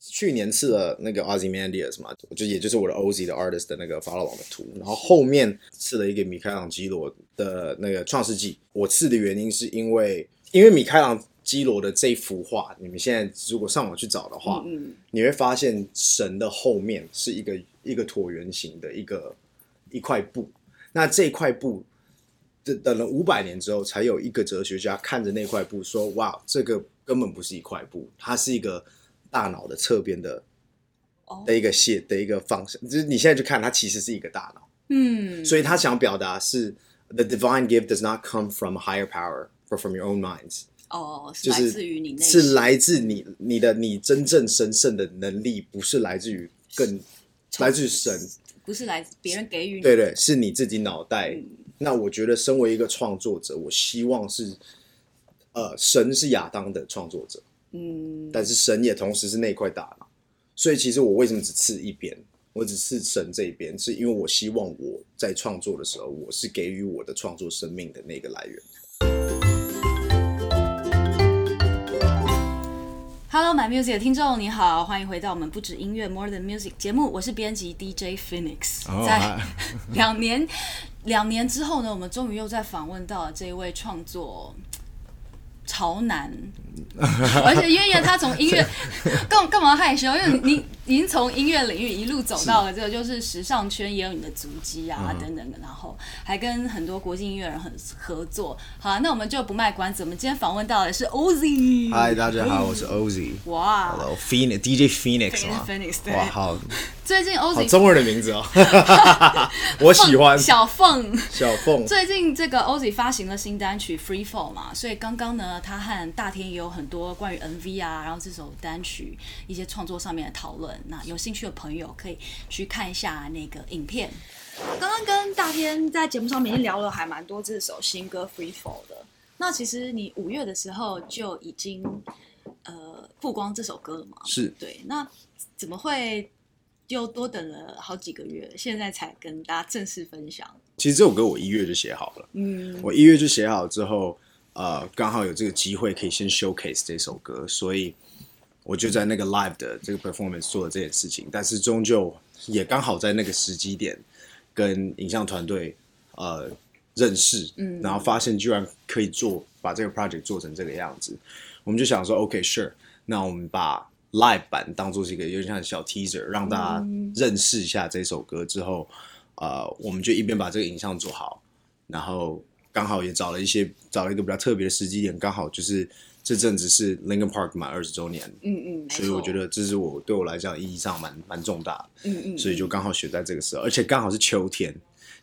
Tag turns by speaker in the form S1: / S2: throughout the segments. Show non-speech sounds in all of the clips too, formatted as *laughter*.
S1: 去年刺了那个 Ozymandias 嘛，就也就是我的 Oz 的 artist 的那个法老王的图，然后后面刺了一个米开朗基罗的那个创世纪。我刺的原因是因为，因为米开朗基罗的这幅画，你们现在如果上网去找的话，
S2: 嗯嗯
S1: 你会发现神的后面是一个一个椭圆形的一个一块布，那这块布。等等了五百年之后，才有一个哲学家看着那块布说：“哇，这个根本不是一块布，它是一个大脑的侧边的
S2: 哦
S1: 的一个线的一个方向，就是你现在去看，它其实是一个大脑，
S2: 嗯，
S1: 所以他想表达是 the divine gift does not come from a higher power but from your own minds，
S2: 哦，
S1: 就是
S2: 来
S1: 是
S2: 自于你内
S1: 是
S2: 心
S1: 来自你你的你真正神圣的能力，不是来自于更来自于神，
S2: 不是来自别人给予你，
S1: 对对，是你自己脑袋。
S2: 嗯
S1: 那我觉得，身为一个创作者，我希望是，呃，神是亚当的创作者，
S2: 嗯，
S1: 但是神也同时是那块大脑，所以其实我为什么只刺一边？我只刺神这一边，是因为我希望我在创作的时候，我是给予我的创作生命的那个来源。
S2: Hello, My Music 的听众，你好，欢迎回到我们不止音乐 More Than Music 节目，我是编辑 DJ Phoenix。
S3: 哦
S2: 在
S3: 嗨
S2: *laughs* 两年两年之后呢，我们终于又在访问到了这一位创作潮男，而且因为他从音
S3: *laughs*
S2: 乐干干嘛害羞？因为你你已经从音乐领域一路走到了这个，就是时尚圈也有你的足迹啊、
S3: 嗯
S2: 等等的，然后还跟很多国际音乐人很合作。好、啊，那我们就不卖关子，我们今天访问到的是 Oz。
S3: 嗨，大家好，我是 Oz。
S2: 哇
S3: Hello，Phoenix DJ Phoenix 嘛
S2: Phoenix，对
S3: 哇，好，
S2: 最近
S1: 好
S2: Oz
S1: 中二的名
S2: *laughs*
S1: 字哦， *laughs* 我喜欢
S2: 小凤。
S1: 小凤。
S2: 最近这个 Oz 发行了新单曲《Free Fall》嘛，所以刚刚呢，他和大天也有很多关于 MV 啊，然后这首单曲一些创作上面的讨论。那有兴趣的朋友可以去看一下那个影片。刚刚跟大天在节目上面已经聊了还蛮多这首新歌《Free Fall》的。那其实你五月的时候就已经呃曝光这首歌了嘛？
S3: 是
S2: 对，那怎么会又多等了好几个月，现在才跟大家正式分享？
S1: 其实这首歌我一月就写好了，
S2: 嗯，
S1: 我一月就写好之后，呃，刚好有这个机会可以先 showcase 这首歌，所以我就在那个 live 的这个 performance 做了这件事情。但是终究也刚好在那个时机点跟影像团队呃认识，
S2: 嗯
S1: 然后发现居然可以做把这个 project 做成这个样子，我们就想说 OK sure，那我们把 live 版当做是一个有点像小 teaser，让大家
S2: 嗯
S1: 认识一下这首歌之后，呃，我们就一边把这个影像做好，然后刚好也找了一些找了一个比较特别的时机点，刚好就是这阵子是 Linkin Park 满二十周年，
S2: 嗯嗯，没
S1: 所以我
S2: 错
S1: 觉得这是我对我来讲意义上蛮蛮重大的，
S2: 嗯嗯，
S1: 所以就刚好选在这个时候，而且刚好是秋天，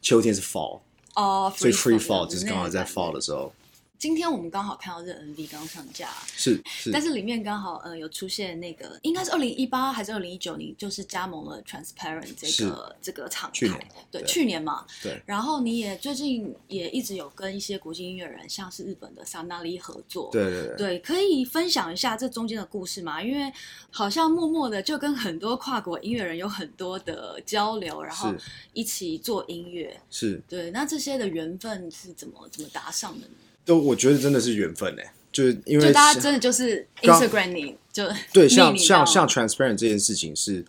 S1: 秋天是 fall，
S2: 哦，
S1: 所以 free fall 就是
S2: 那
S1: 刚好
S2: 个
S1: 在
S2: 感觉
S1: fall 的时候，
S2: 今天我们刚好看到这个 MV 刚上架，
S1: 是是
S2: 但是里面刚好呃有出现那个应该是二零一八还是二零一九，你就是加盟了 Transparent 这个这个厂牌，
S1: 去年
S2: 对
S1: 对
S2: 去年嘛，
S1: 对。
S2: 然后你也最近也一直有跟一些国际音乐人，像是日本的桑纳利合作，
S1: 对对对，
S2: 对，可以分享一下这中间的故事吗？因为好像默默的就跟很多跨国音乐人有很多的交流，然后
S1: 是
S2: 一起做音乐。
S1: 是
S2: 对，那这些的缘分是怎么怎么搭上的呢？
S1: 都我觉得真的是缘分哎、就是因为
S2: 就大家
S1: 像
S2: 真的就是
S1: 刚
S2: Instagram 你就
S1: 对，
S2: 匿
S1: 像
S2: 名
S1: 像
S2: 到
S1: 像 transparent 这件事情是，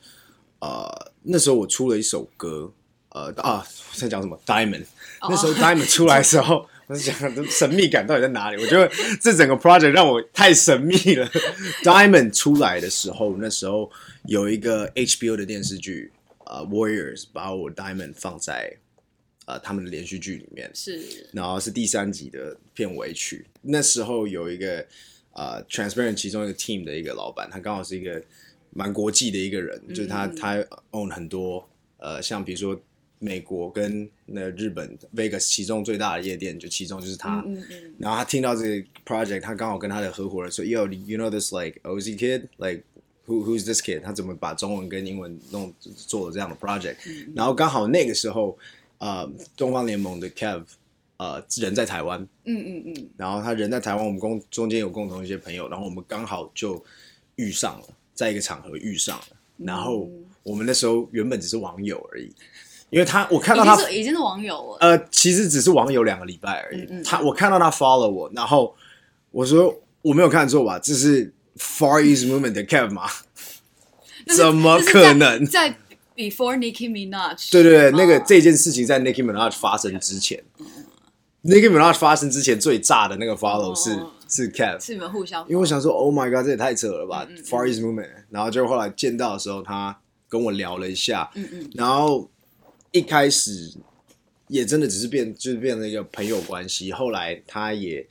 S1: 呃，那时候我出了一首歌，呃啊，我在讲什么 diamond，、
S2: 哦
S1: 那时候 diamond 出来的时候，我在讲这神秘感到底在哪里？我觉得这整个 project 让我太神秘了。diamond 出来的时候，那时候有一个 HBO 的电视剧，呃，Warriors 把我 diamond 放在呃他们的连续剧里面，
S2: 是
S1: 然后是第三集的片尾曲。那时候有一个呃，Transparent 其中一个 team 的一个老板，他刚好是一个蛮国际的一个人，就是他
S2: 嗯
S1: 他 own 很多呃，像比如说美国跟那日本 Vegas 其中最大的夜店，就其中就是他。
S2: 嗯嗯
S1: 然后他听到这个 project，他刚好跟他的合伙人说，Yo, you know this like OZ kid, like who who's this kid？他怎么把中文跟英文弄做了这样的 project？、然
S2: 嗯
S1: 后刚好那个时候，呃，东方联盟的 Kev，呃，人在台湾，
S2: 嗯嗯嗯，
S1: 然后他人在台湾，我们共中间有共同一些朋友，然后我们刚好就遇上了，在一个场合遇上了，
S2: 嗯
S1: 然后我们那时候原本只是网友而已，因为他我看
S2: 已
S1: 到
S2: 经
S1: 他
S2: 是嗯已经是网友了，
S1: 呃，其实只是网友两个礼拜而已。他我看到他 follow 我，然后我说我没有看错吧？这是 Far East Movement 的 Kev 吗？
S2: 就是
S1: 怎么
S2: 就是
S1: 可能
S2: 在在 before Nicki Minaj？
S1: 对对对，那个
S2: 哦
S1: 这件事情在 Nicki Minaj 发生之前，Nicki Minaj 发生之前最炸的那个 follow 是
S2: 哦
S1: 是 Kev，
S2: 是你们互相
S1: 因为我想说 Oh my God，这也太扯了
S2: 嗯
S1: 吧，Far East Movement。然后就后来见到的时候，他跟我聊了一下，
S2: 嗯嗯
S1: 然后一开始也真的只是变，就是变成一个朋友关系。后来他也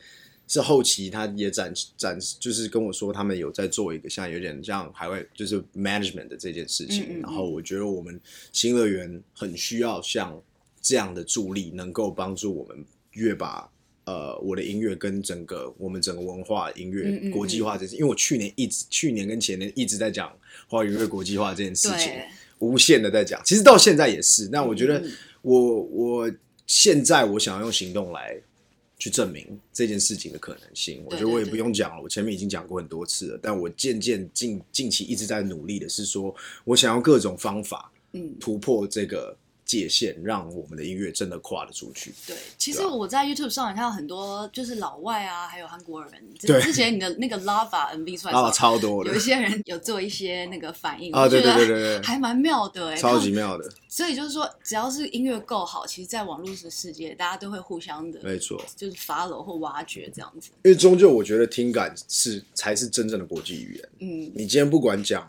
S1: 是后期，他也展展，就是跟我说他们有在做一个像有点像海外就是 management 的这件事情。
S2: 嗯嗯嗯
S1: 然后我觉得我们新乐园很需要像这样的助力，能够帮助我们越把。呃，我的音乐跟整个我们整个文化音
S2: 嗯嗯
S1: 乐
S2: 嗯
S1: 国际化这件事，因为我去年一直去年跟前年一直在讲华语音乐国际化这件事情
S2: 对，
S1: 无限的在讲，其实到现在也是。那我觉得
S2: 嗯
S1: 我，我现在我想要用行动来去证明这件事情的可能性。我
S2: 对
S1: 觉得我也
S2: 对
S1: 不用讲了，我前面已经讲过很多次了。但我渐渐近近期一直在努力的是说，我想要各种方法
S2: 嗯，
S1: 突破这个界限，让我们的音乐真的跨了出去。
S2: 对，其实
S1: 对啊
S2: 我在 YouTube 上也看到很多就是老外啊，还有韩国人。之
S1: 对
S2: 之前你的那个 Lava MV 出来的时
S1: 啊，
S2: 候，
S1: 超多的
S2: 有一，些人有做一些那个反应，
S1: 啊
S2: 我觉得
S1: 对对对对对
S2: 还蛮妙的哎、
S1: 超级妙的，
S2: 所以就是说，只要是音乐够好，其实，在网络的世界，大家都会互相的，
S1: 没错。
S2: 就是 follow 或挖掘这样子。
S1: 因为终究我觉得听感是才是真正的国际语言。
S2: 嗯，
S1: 你今天不管讲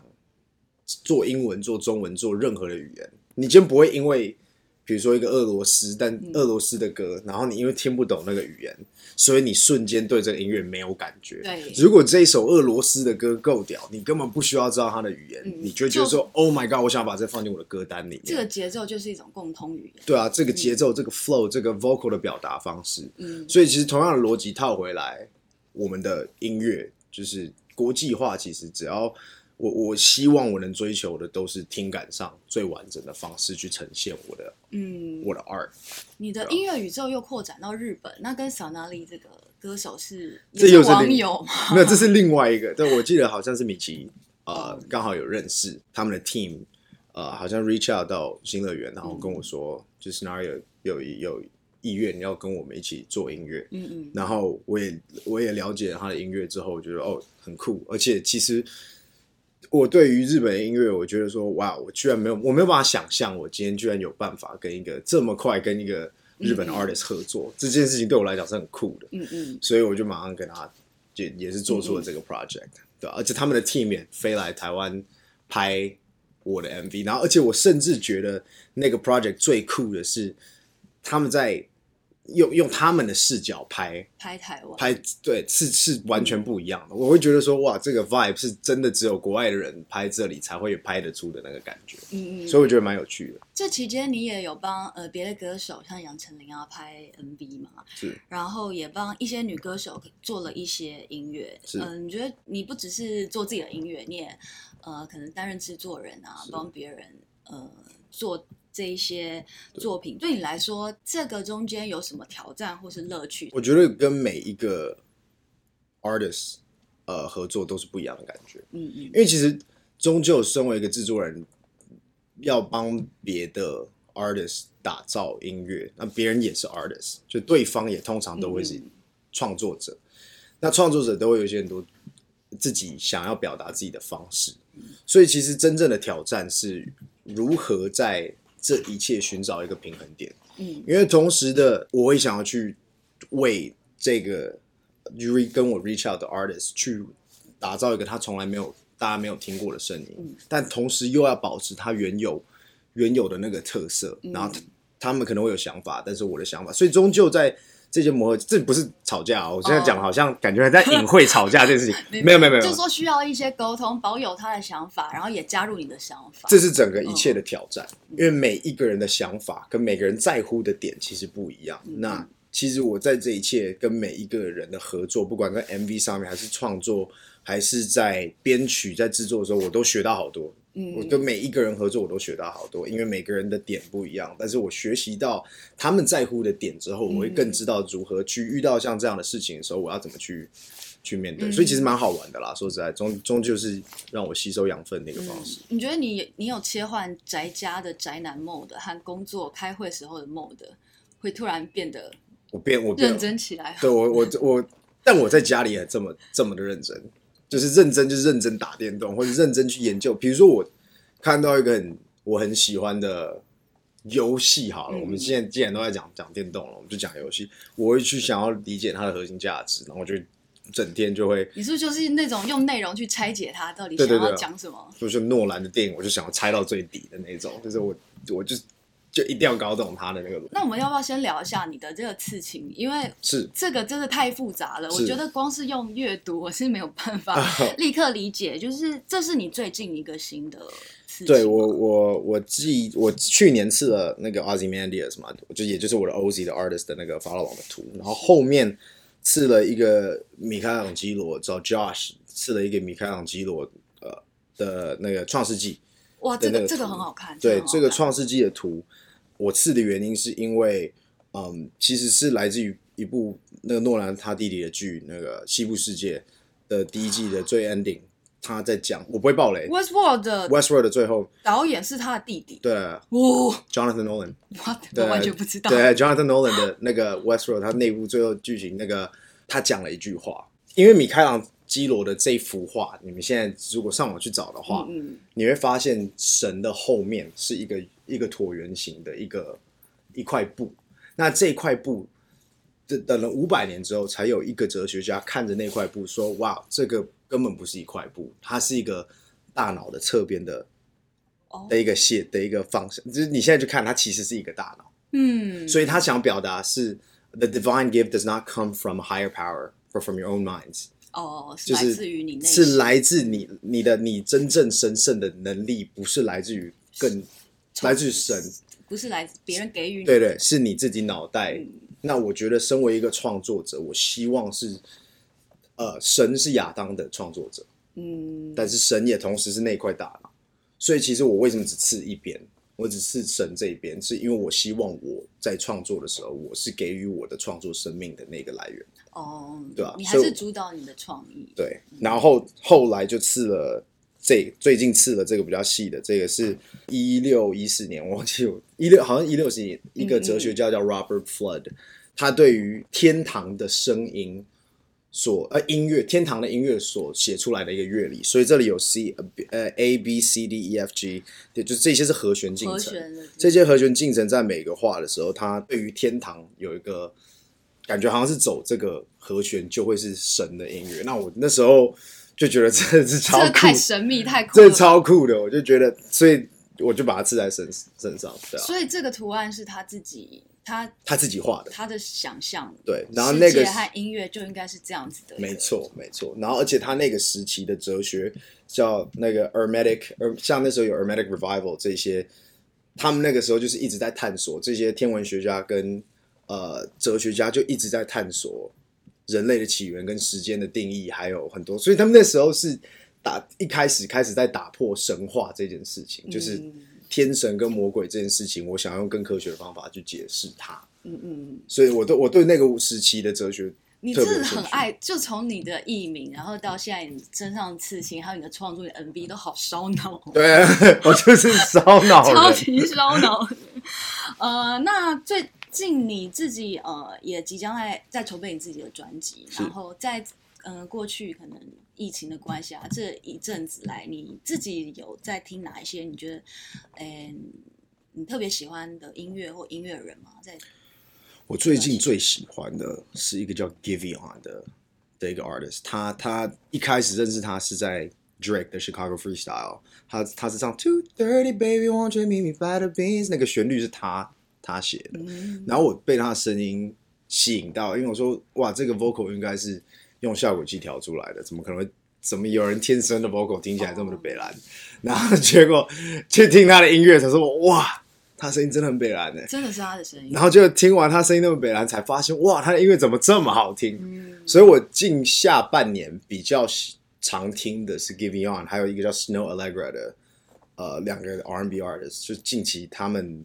S1: 做英文、做中文、做任何的语言，你今天不会因为比如说一个俄罗斯，但
S2: 嗯
S1: 俄罗斯的歌，然后你因为听不懂那个语言，所以你瞬间对这个音乐没有感觉。
S2: 对
S1: 如果这一首俄罗斯的歌够屌，你根本不需要知道它的语言，
S2: 嗯
S1: 你就会觉得说 “Oh my god”，我想把这放进我的歌单里面。
S2: 这个嗯节奏就是一种共通语言。
S1: 对啊，这个节奏、这个 flow、这个 vocal 的表达方式，
S2: 嗯，
S1: 所以其实同样的逻辑套回来，我们的音乐就是国际化。其实只要我我希望我能追求的都是听感上最完整的方式去呈现我的
S2: 嗯，
S1: 我的 art。
S2: 你
S1: 啊
S2: 的音乐宇宙又扩展到日本，那跟小那莉这个歌手是
S1: 这
S2: 也
S1: 又
S2: 是
S1: 是
S2: 网
S1: 另
S2: 友吗？
S1: 没有，这是另外一个。对，我记得好像是米奇，呃，刚好有认识他们的 team，呃，好像 reach out 到新乐园，然后跟我说，就是 Snar 有有有意愿要跟我们一起做音乐。
S2: 嗯嗯，
S1: 然后我也我也了解了他的音乐之后，我觉得哦很酷，而且其实我对于日本的音乐，我觉得说哇，我居然没有我没有办法想象，我今天居然有办法跟一个这么快跟一个日本的 artist 合作，这件事情对我来讲是很酷的，
S2: 嗯嗯，
S1: 所以我就马上跟他也也是做出了这个 project，、对，而且他们的 team 也飞来台湾拍我的 MV，然后而且我甚至觉得那个 project 最酷的是他们在用用他们的视角拍。
S2: 拍台湾，
S1: 拍对是是完全不一样的。我会觉得说，哇，这个 vibe 是真的只有国外的人拍这里才会拍得出的那个感觉，
S2: 嗯嗯，
S1: 所以我觉得蛮有趣的。
S2: 这期间你也有帮呃别的歌手，像杨丞琳啊拍 MV 嘛，
S1: 是
S2: 然后也帮一些女歌手做了一些音乐。
S1: 是
S2: 嗯，你觉得你不只是做自己的音乐，你也呃可能担任制作人啊，帮别人呃做这一些作品。对你来说，这个中间有什么挑战或是乐趣？
S1: 我觉得跟每一个 artist 呃合作都是不一样的感觉，
S2: 嗯嗯
S1: 因为其实终究身为一个制作人，要帮别的 artist 打造音乐，那别人也是 artist，就对方也通常都会是
S2: 嗯
S1: 创作者。那创作者都会有一些很多自己想要表达自己的方式，所以其实真正的挑战是如何在这一切寻找一个平衡点。
S2: 嗯
S1: 因为同时的，我会想要去为这个 re 跟我 reach out 的 artist 去打造一个他从来没有大家没有听过的声音，但同时又要保持他原有原有的那个特色，然后他他们可能会有想法，但是我的想法，所以终究在。这些磨合，这不是吵架哦。我现在讲好像感觉还在隐晦吵架这件事情，没有没有没有，
S2: 就说需要一些沟通，保有他的想法，然后也加入你的想法。嗯
S1: 这是整个一切的挑战，因为每一个人的想法跟每个人在乎的点其实不一样。那其实我在这一切跟每一个人的合作，不管在 MV 上面，还是创作，还是在编曲、在制作的时候，我都学到好多。
S2: 嗯
S1: 我跟每一个人合作，我都学到好多，因为每个人的点不一样。但是我学习到他们在乎的点之后，我会更知道如何去遇到像这样的事情的时候，我要怎么去去面对。所以其实蛮好玩的啦。说实在，终终究是让我吸收养分的一个方式。
S2: 你觉得你你有切换宅家的宅男 mode 和工作开会时候的 mode，会突然变得
S1: 我变我变
S2: 认真起来？
S1: 对我我我，但我在家里也这么这么的认真，就是认真就是认真打电动，或者认真去研究。比如说我看到一个很我很喜欢的游戏，好了，我
S2: 嗯
S1: 们现在既然都在讲讲电动了，我们就讲游戏，我会去想要理解它的核心价值，然后我就整天就会
S2: 你是不是就是那种用内容去拆解它到底
S1: 对
S2: 想
S1: 对啊
S2: 要
S1: 对
S2: 讲什么？
S1: 就是诺兰的电影，我就想要猜到最底的那种，就是我我就就一定要搞懂它的那个
S2: 那我们要不要先聊一下你的这个刺青？因为
S1: 是
S2: 这个真的太复杂了，我
S1: 是啊
S2: 觉得光是用阅读 *laughs* 我是没有办法立刻理解。就是这是你最近一个新的刺青吗，
S1: 对我，我我记我去年刺了那个 Ozymandias 嘛，就也就是我的 OZ 的 artist 的那个法老王的图，然后后面刺了一个米开朗基罗，找 Josh 刺了一个米开朗基罗呃的那个创世纪，
S2: 哇，
S1: 的
S2: 这
S1: 那
S2: 个
S1: 个
S2: 这个
S1: 图
S2: 很好看，
S1: 对
S2: 哦很好
S1: 这个
S2: 看
S1: 创世纪的图，我刺的原因是因为，嗯，其实是来自于一部那个诺兰他弟弟的剧，那个《西部世界》的第一季的最 ending，他在讲，我不会爆雷
S2: Westworld 的
S1: ，Westworld 的最后，
S2: 导演是他的弟弟，
S1: 对
S2: 哦，
S1: Jonathan Nolan。
S2: 哇，我
S1: 对
S2: 完全不知
S1: *laughs*
S2: 道，
S1: 对，Jonathan
S2: *laughs*
S1: Nolan 的那个 Westworld，他内部最后剧情那个他讲了一句话，因为米开朗基罗的这幅画，你们现在如果上网去找的话，
S2: 嗯
S1: 你会发现神的后面是一个一个椭圆形的一个一块布，那这块布。等等了五百年之后，才有一个哲学家看着那块布说：“哇，这个根本不是一块布，它是一个大脑的侧边的
S2: 哦
S1: 的一个线的一个方向。就是你现在去看，它其实是一个大脑。”
S2: 嗯，
S1: 所以他想表达是 the divine gift does not come from a higher power but from your own minds，
S2: 哦，是
S1: 就
S2: 来
S1: 是
S2: 自于你内心
S1: 是来自你你的你真正神圣的能力，不是来自于更来自于神，
S2: 不是来自别人给予你，
S1: 对对，是你自己脑袋。那我觉得，身为一个创作者，我希望是，呃，神是亚当的创作者，
S2: 嗯，
S1: 但是神也同时是那块大脑。所以其实我为什么只刺一边？我只刺神这一边，是因为我希望我在创作的时候，我是给予我的创作生命的那个来源。
S2: 哦，
S1: 对啊
S2: 你还
S1: 所以
S2: 是
S1: 我
S2: 主导你的创意，
S1: 对，然后后来就刺了这最近刺了这个比较细的，这个是一六一四年，我忘记我一六好像一六是年一个哲学
S2: 嗯
S1: 家叫 Robert Flood，他对于天堂的声音所呃音乐天堂的音乐所写出来的一个乐理，所以这里有 C 呃 A B C D E F G，对，就这些是和弦进
S2: 和
S1: 程，
S2: 弦的
S1: 这些和弦进程在每个画的时候，它对于天堂有一个感觉，好像是走这个和弦就会是神的音乐。那我那时候就觉得真的是超
S2: 这个
S1: 酷
S2: 太，神秘太酷
S1: 真
S2: 了
S1: 的。超酷的，我就觉得，所以我就把它刺在身身上，对啊，
S2: 所以这个图案是他自己，他
S1: 他自己画的，
S2: 他的想象，
S1: 对，然后那
S2: 世界
S1: 个
S2: 和音乐就应该是这样子的，
S1: 没，错，没错。然后，而且他那个时期的哲学叫那个 Hermetic，呃，像那时候有 Hermetic Revival 这些，他们那个时候就是一直在探索这些天文学家跟呃哲学家就一直在探索人类的起源跟时间的定义，还有很多。所以他们那时候是打一开始开始在打破神话这件事情，就是天神跟魔鬼这件事情，我想用更科学的方法去解释它。
S2: 嗯嗯。
S1: 所以我对我对那个时期的哲学
S2: 你
S1: 特
S2: 真
S1: 别有
S2: 的
S1: 兴
S2: 很
S1: 趣
S2: 爱，就从你的艺名，然后到现在你身上的刺青，还有你的创作、你的 MV 都好烧脑哦，
S1: 对，我就是烧脑
S2: 超 *laughs*
S1: 人。
S2: 级烧脑。呃，那最近你自己呃也即将在在筹备你自己的专辑，然后在嗯、呃过去可能疫情的关系啊，这一阵子来，你自己有在听哪一些你觉得嗯你特别喜欢的音乐或音乐人吗？在
S1: 我最近最喜欢的是一个叫 Givion 的的一个 artist，他他一开始认识他是在 Drake 的 Chicago Freestyle，他他是唱 Too Dirty Baby Won't You Meet Me by the Beans 那个旋律是他他写的，然后我被他的声音吸引到，因为我说哇，这个 vocal 应该是用效果器调出来的，怎么可能会？怎么有人天生的 vocal 听起来这么的北蓝？然后结果去听他的音乐，才说哇，他声音真的很北蓝欸呢、
S2: 真的是他的声音
S1: 然，后就听完他声音那么北蓝，才发现哇，他的音乐怎么这么好听？
S2: 嗯
S1: 所以我近下半年比较喜常听的是 Giving On，还有一个叫 Snow Allegra 的，呃，两个 R&B artist，就近期他们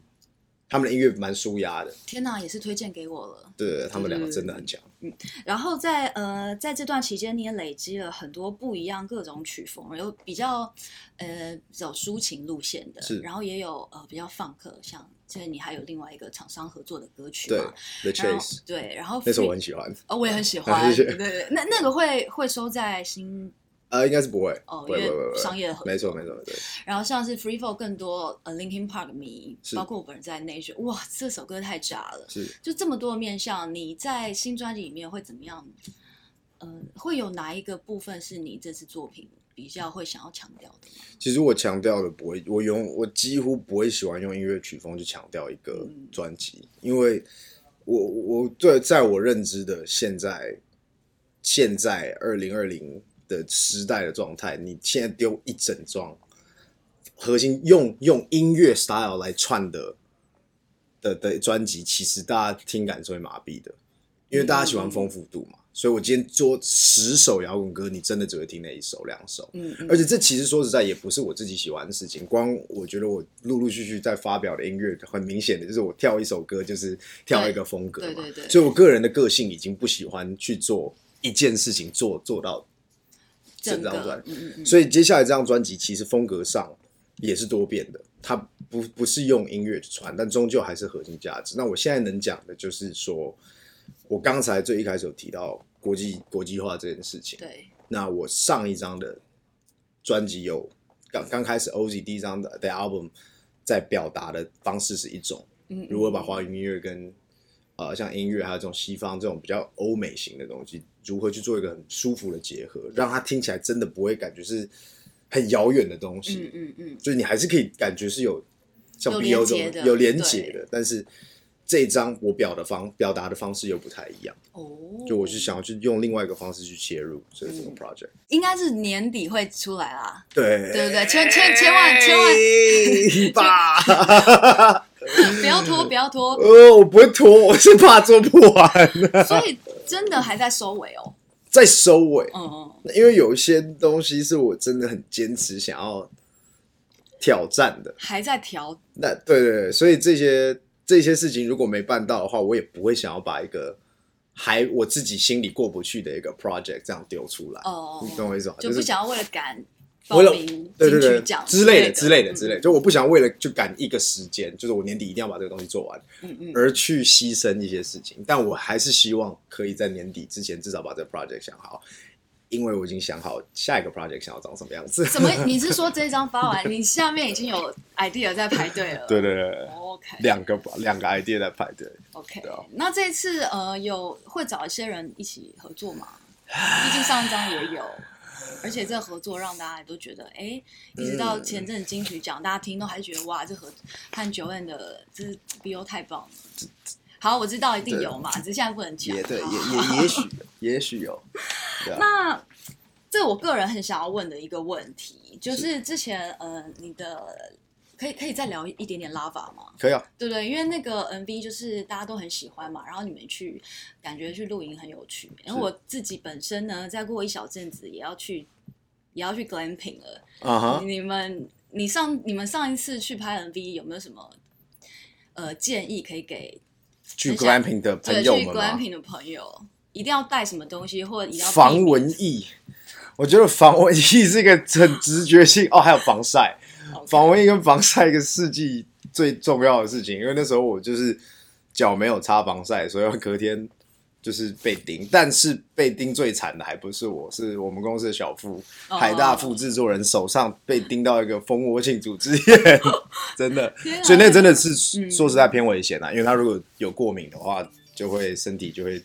S1: 他们的音乐蛮舒压的，
S2: 天哪，也是推荐给我了。
S1: 对他们两个真的很强。
S2: 然后在呃，在这段期间，你也累积了很多不一样各种曲风，有比较呃走抒情路线的
S1: 是，
S2: 然后也有呃比较放克，像就是你还有另外一个厂商合作的歌曲
S1: 对
S2: 嗯嘛，
S1: ，The
S2: 然后
S1: Chase
S2: 对，然后
S1: 那时候我啊 *laughs*
S2: free-
S1: 很喜欢，
S2: 哦我也很喜欢，
S1: 谢
S2: 对
S1: 谢
S2: 对对，那那个会会收在新
S1: 呃，应该是不会，
S2: 哦
S1: 不会
S2: 因
S1: 不
S2: 为
S1: 会不会，
S2: 商业的合
S1: 没错没错对，
S2: 然后像是 Free Fall 更多呃 Linkin Park 迷，
S1: 是
S2: 包括我本人在内，觉得哇这首歌太炸了。
S1: 是
S2: 就这么多面向，你在新专辑里面会怎么样？呃，会有哪一个部分是你这次作品比较会想要强调的吗？
S1: 其实我强调的不会，我用我几乎不会喜欢用音乐曲风去强调一个专辑，因为我我对在我认知的现在现在二零二零的时代的状态，你现在丢一整张核心用用音乐 style 来串的的的专辑，其实大家听感是会麻痹的，因为大家喜欢丰富度嘛。所以我今天做十首摇滚歌，你真的只会听那一首两首。
S2: 嗯嗯
S1: 而且这其实说实在也不是我自己喜欢的事情，光我觉得我陆陆续续在发表的音乐，很明显的就是我跳一首歌就是跳一个风格嘛，
S2: 对对对
S1: 所以我个人的个性已经不喜欢去做一件事情做做到
S2: 整
S1: 整张
S2: 个
S1: 专，
S2: 嗯嗯嗯，
S1: 所以接下来这张专辑其实风格上也是多变的，它不不是用音乐去传，但终究还是核心价值。那我现在能讲的就是说，我刚才最一开始有提到国际国际化这件事情，
S2: 对，
S1: 那我上一张的专辑有刚刚开始 OZ 第一张的的 album 在表达的方式是一种，
S2: 嗯，嗯
S1: 如何把华语音乐跟呃像音乐还有这种西方这种比较欧美型的东西，如何去做一个很舒服的结合，让它听起来真的不会感觉是很遥远的东西，
S2: 嗯嗯嗯，
S1: 就是你还是可以感觉是有像
S2: 有
S1: BO
S2: 连
S1: 这
S2: 接
S1: 种
S2: 的
S1: 有连结的，但是这一张我表的方表达的方式又不太一样，
S2: 哦，
S1: 就我是想要去用另外一个方式去切入这个整
S2: 嗯
S1: 个 project。
S2: 应该是年底会出来啦，
S1: 对哎
S2: 对不对千千千万千
S1: 万吧！
S2: 不要拖，不要拖，
S1: 呃，我不会拖，我是怕做不完， *laughs*
S2: 所以真的还在收尾哦，
S1: 在收尾。
S2: 嗯嗯，
S1: 因为有一些东西是我真的很坚持想要挑战的。
S2: 还在调，
S1: 那对对对，所以这些这些事情如果没办到的话，我也不会想要把一个还我自己心里过不去的一个 project 这样丢出来。
S2: 哦
S1: 你懂我意思吗？
S2: 就不
S1: 是
S2: 想要为了赶报
S1: 为了
S2: 名
S1: 对对
S2: 金
S1: 对
S2: 曲奖
S1: 之类的之类的
S2: 嗯
S1: 之类的，就我不想为了就赶一个时间，就是我年底一定要把这个东西做完，
S2: 嗯嗯，
S1: 而去牺牲一些事情。但我还是希望可以在年底之前至少把这个 project 想好，因为我已经想好下一个 project 想要长什么样子。
S2: 怎么？你是说这张发完，你下面已经有 idea 在排队了？哦
S1: 对对对对，
S2: ，OK，
S1: 两个吧，两个 idea 在排队。
S2: OK，
S1: 对啊
S2: 那这次呃有会找一些人一起合作吗？毕竟上一张也有，而且这合作让大家都觉得，哎、一直到前阵金曲奖，大家听都还觉得哇，这合和九 N 的这 BO 太棒了。好，我知道一定有嘛，只是现在不能讲。
S1: 也对，
S2: 好
S1: 也也也许也许有，对啊，
S2: 那这我个人很想要问的一个问题，就是之前呃你的。可以可以再聊一点点 Lava 吗？
S1: 可以啊，
S2: 对对，因为那个 MV 就是大家都很喜欢嘛，然后你们去感觉去露营很有趣。然后
S1: 是
S2: 我自己本身呢，再过一小阵子也要去，也要去 glamping 了。
S1: 啊哈，
S2: 你们，你上你们上一次去拍 MV 有没有什么呃建议可以给
S1: 去
S2: 很想
S1: glamping 的朋
S2: 对去
S1: 友们吗？
S2: glamping 的朋友？一定要带什么东西，或者一定要避
S1: 防
S2: 免
S1: 蚊疫，我觉得防蚊疫是一个很直觉性哦，还有防晒，
S2: OK
S1: 防蚊疫跟防晒一个世纪最重要的事情，因为那时候我就是脚没有擦防晒，所以隔天就是被叮，但是被叮最惨的还不是我，是我们公司的小付
S2: 哦
S1: 海大副制作人手上被叮到一个蜂窝性组织 *laughs* 炎，真的
S2: 天，啊嗯
S1: 所以那真的是说实在偏危险啊，因为他如果有过敏的话，就会身体就会。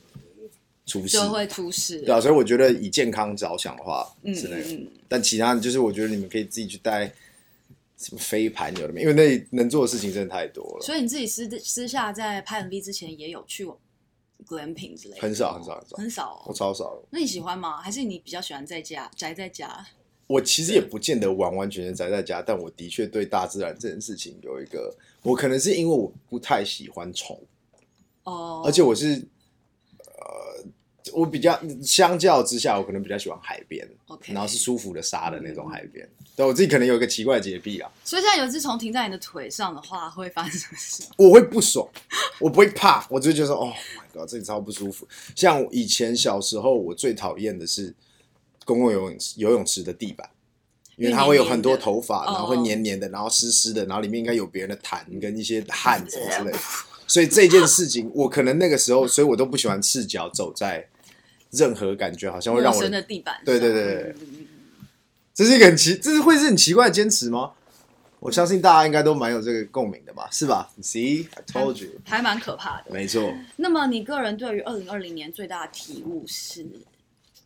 S1: 出事
S2: 就会出事。
S1: 对啊，所以我觉得以健康着想的话
S2: 嗯
S1: 是那个，
S2: 嗯
S1: 但其他的就是我觉得你们可以自己去带什么飞盘有的没，因为那里能做的事情真的太多了，
S2: 所以你自己私私下在拍 MV 之前也有去过 glamping 之类的吗，
S1: 很少很少很少
S2: 很少哦、
S1: 我超少了。
S2: 那你喜欢吗？还是你比较喜欢在家宅在家？
S1: 我其实也不见得完完全全宅在家，但我的确对大自然这件事情有一个，我可能是因为我不太喜欢虫，
S2: 哦，
S1: 而且我是呃，我比较相较之下，我可能比较喜欢海边
S2: OK
S1: 然后是舒服的沙的那种海边。对我自己可能有一个奇怪的洁癖啊，
S2: 所以现在有一只虫停在你的腿上的话，会发生什么事？
S1: 我会不爽， *laughs* 我不会怕，我就觉得说，哦、oh、，my god，这里超不舒服。像我以前小时候，我最讨厌的是公共游泳池游泳池的地板，因为它会有很多头发，
S2: 因为黏黏的
S1: 然后会黏黏的，
S2: 哦
S1: 然后湿湿的，然后里面应该有别人的痰跟一些汗什么之类的。所以这件事情，我可能那个时候，所以我都不喜欢赤脚走在任何感觉好像会
S2: 陌
S1: 让我
S2: 生的地板上
S1: 对对对对
S2: 嗯嗯嗯
S1: 这是一个很奇，这是会是很奇怪的坚持吗？我相信大家应该都蛮有这个共鸣的吧，是吧？See, I told you，
S2: 还蛮可怕的。
S1: 没错。
S2: 那么你个人对于二零二零年最大的体悟是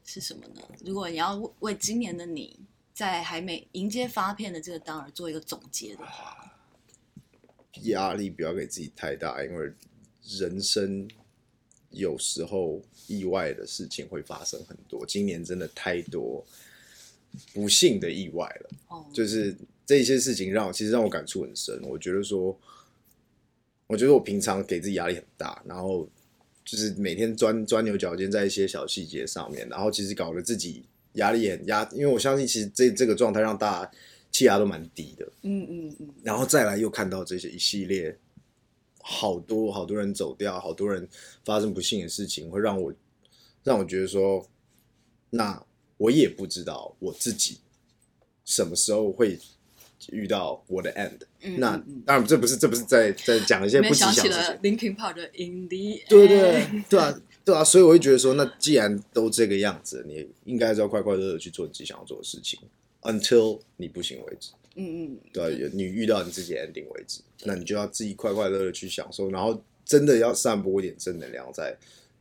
S2: 是什么呢？如果你要为为今年的你在还没迎接发片的这个当儿做一个总结的话，
S1: 压力不要给自己太大，因为人生有时候意外的事情会发生很多。今年真的太多不幸的意外了，
S2: 哦，
S1: 就是这些事情让我其实让我感触很深。我觉得说，我觉得我平常给自己压力很大，然后就是每天钻钻牛角尖在一些小细节上面，然后其实搞得自己压力也很压，因为我相信其实这这个状态让大家气压都蛮低的。
S2: 嗯嗯嗯，
S1: 然后再来又看到这些一系列，好多好多人走掉，好多人发生不幸的事情，会让我让我觉得说，那我也不知道我自己什么时候会遇到我的 end。
S2: 嗯
S1: 那
S2: 嗯嗯
S1: 当然，这不是这不是在在讲一些
S2: 突
S1: 不
S2: 然
S1: 吉祥
S2: 想
S1: 的事
S2: 起
S1: 情，
S2: 了 Linkin Park 的 In the
S1: 对对对啊对啊，所以我会觉得说，那既然都这个样子，你应该是要快快乐乐去做你自己想要做的事情，until 你不行为止。
S2: 嗯嗯，
S1: 对啊，也你遇到你自己的 ending 为止，那你就要自己快快乐乐去享受，然后真的要散播一点正能量在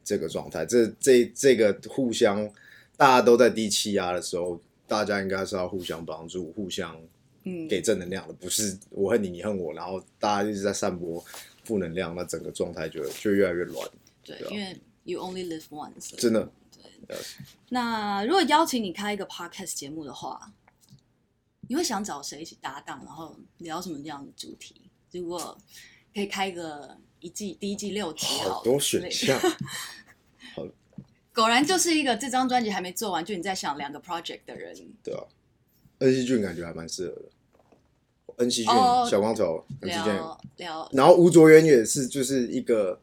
S1: 这个状态，这这这个互相大家都在低气压的时候，大家应该是要互相帮助，互相
S2: 嗯
S1: 给正能量的，不是我恨你，你恨我，然后大家一直在散播负能量，那整个状态就就越来越乱，
S2: 对
S1: 对，啊
S2: 因为 You only live once。
S1: 真的。
S2: 那如果邀请你开一个 podcast 节目的话，你会想找谁一起搭档，然后聊什么样的主题？如果可以开个一季，第一季六集了
S1: 好多选。
S2: 之类的 *laughs*
S1: 项，
S2: 果然就是一个这张专辑还没做完，就你在想两个 project 的人。
S1: 对啊，恩熙俊感觉还蛮适合的，恩熙俊、
S2: 哦
S1: 小光头、恩熙俊，
S2: 聊聊，
S1: 然后吴卓源也是就是一个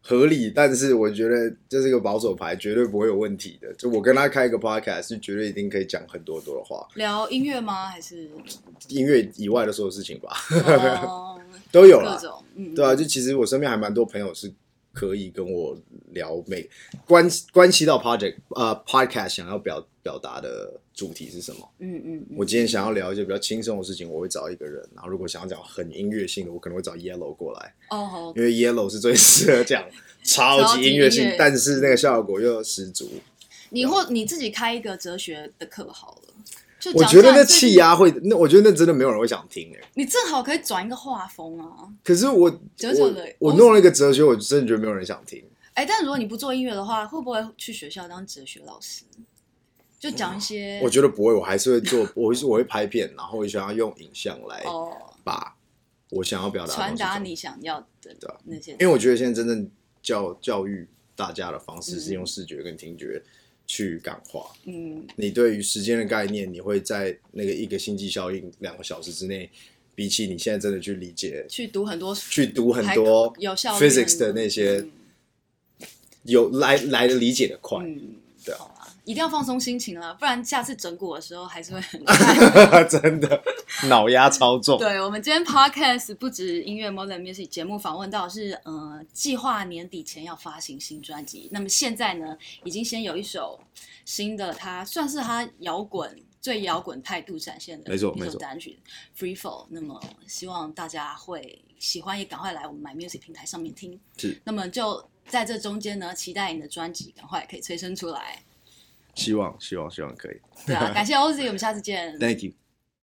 S1: 合理，但是我觉得这是一个保守牌，绝对不会有问题的。就我跟他开一个 podcast，是绝对一定可以讲很多很多的话，
S2: 聊音乐吗？
S1: *laughs*
S2: 还是
S1: 音乐以外的所有事情吧， *laughs*
S2: 哦
S1: 都有
S2: 各
S1: 啦。
S2: 种？嗯，
S1: 对啊，就其实我身边还蛮多朋友是可以跟我聊每关关系到 project 呃 podcast 想要表表达的主题是什么。
S2: 嗯嗯嗯，
S1: 我今天想要聊一些比较轻松的事情，我会找一个人；然后如果想要讲很音乐性的，我可能会找 Yellow 过来。
S2: 哦好
S1: 因为 Yellow 是最适合讲超级音乐
S2: 超级音
S1: 性
S2: 乐，
S1: 但是那个效果又十足。
S2: 你或你自己开一个哲学的课好了。就
S1: 我
S2: 讲
S1: 觉得
S2: 出来
S1: 那
S2: 最
S1: 气
S2: 近，
S1: 压会，那我觉得那真的没有人会想听哎。
S2: 你正好可以转一个画风啊。
S1: 可是我
S2: 哲学的
S1: 我我弄了一个哲学，我真的觉得没有人想听。
S2: 哎，但如果你不做音乐的话，会不会去学校当哲学老师？就讲一些，
S1: 我觉得不会，我还是会做，我会我会拍片，然后我想要用影像来
S2: 哦，
S1: 把我想要表达的
S2: 传
S1: 东西
S2: 达
S1: 做
S2: 你想要的
S1: 对啊
S2: 那些。
S1: 因为我觉得现在真正教教育大家的方式是用视觉跟听觉去感化。
S2: 嗯，
S1: 你对于时间的概念，你会在那个一个星际效应两个小时之内，比起你现在真的去理解、
S2: 去读很多书，
S1: 去读很
S2: 还
S1: 多
S2: 有效率
S1: physics 的那些
S2: 嗯
S1: 有来来的理解的快。
S2: 嗯，
S1: 对啊
S2: 好啦，一定要放松心情啦，不然下次整蛊的时候还是
S1: *laughs*
S2: 会很
S1: 真的脑压超重。
S2: 嗯对我们今天 podcast 不止音乐 Modern Music 节目访问到的是呃，计划年底前要发行新专辑。那么现在呢，已经先有一首新的，它算是它摇滚最摇滚态度展现的
S1: 没错
S2: 一
S1: 没
S2: 首
S1: 错
S2: 单曲《Free Fall》。那么希望大家会喜欢，也赶快来我们 My Music 平台上面听。
S1: 是，
S2: 那么就在这中间呢，期待你的专辑赶快可以催生出来。
S1: 希望希望希望可以。 *laughs*
S2: 对啊，感谢 Oz，我们下次见。
S1: Thank you。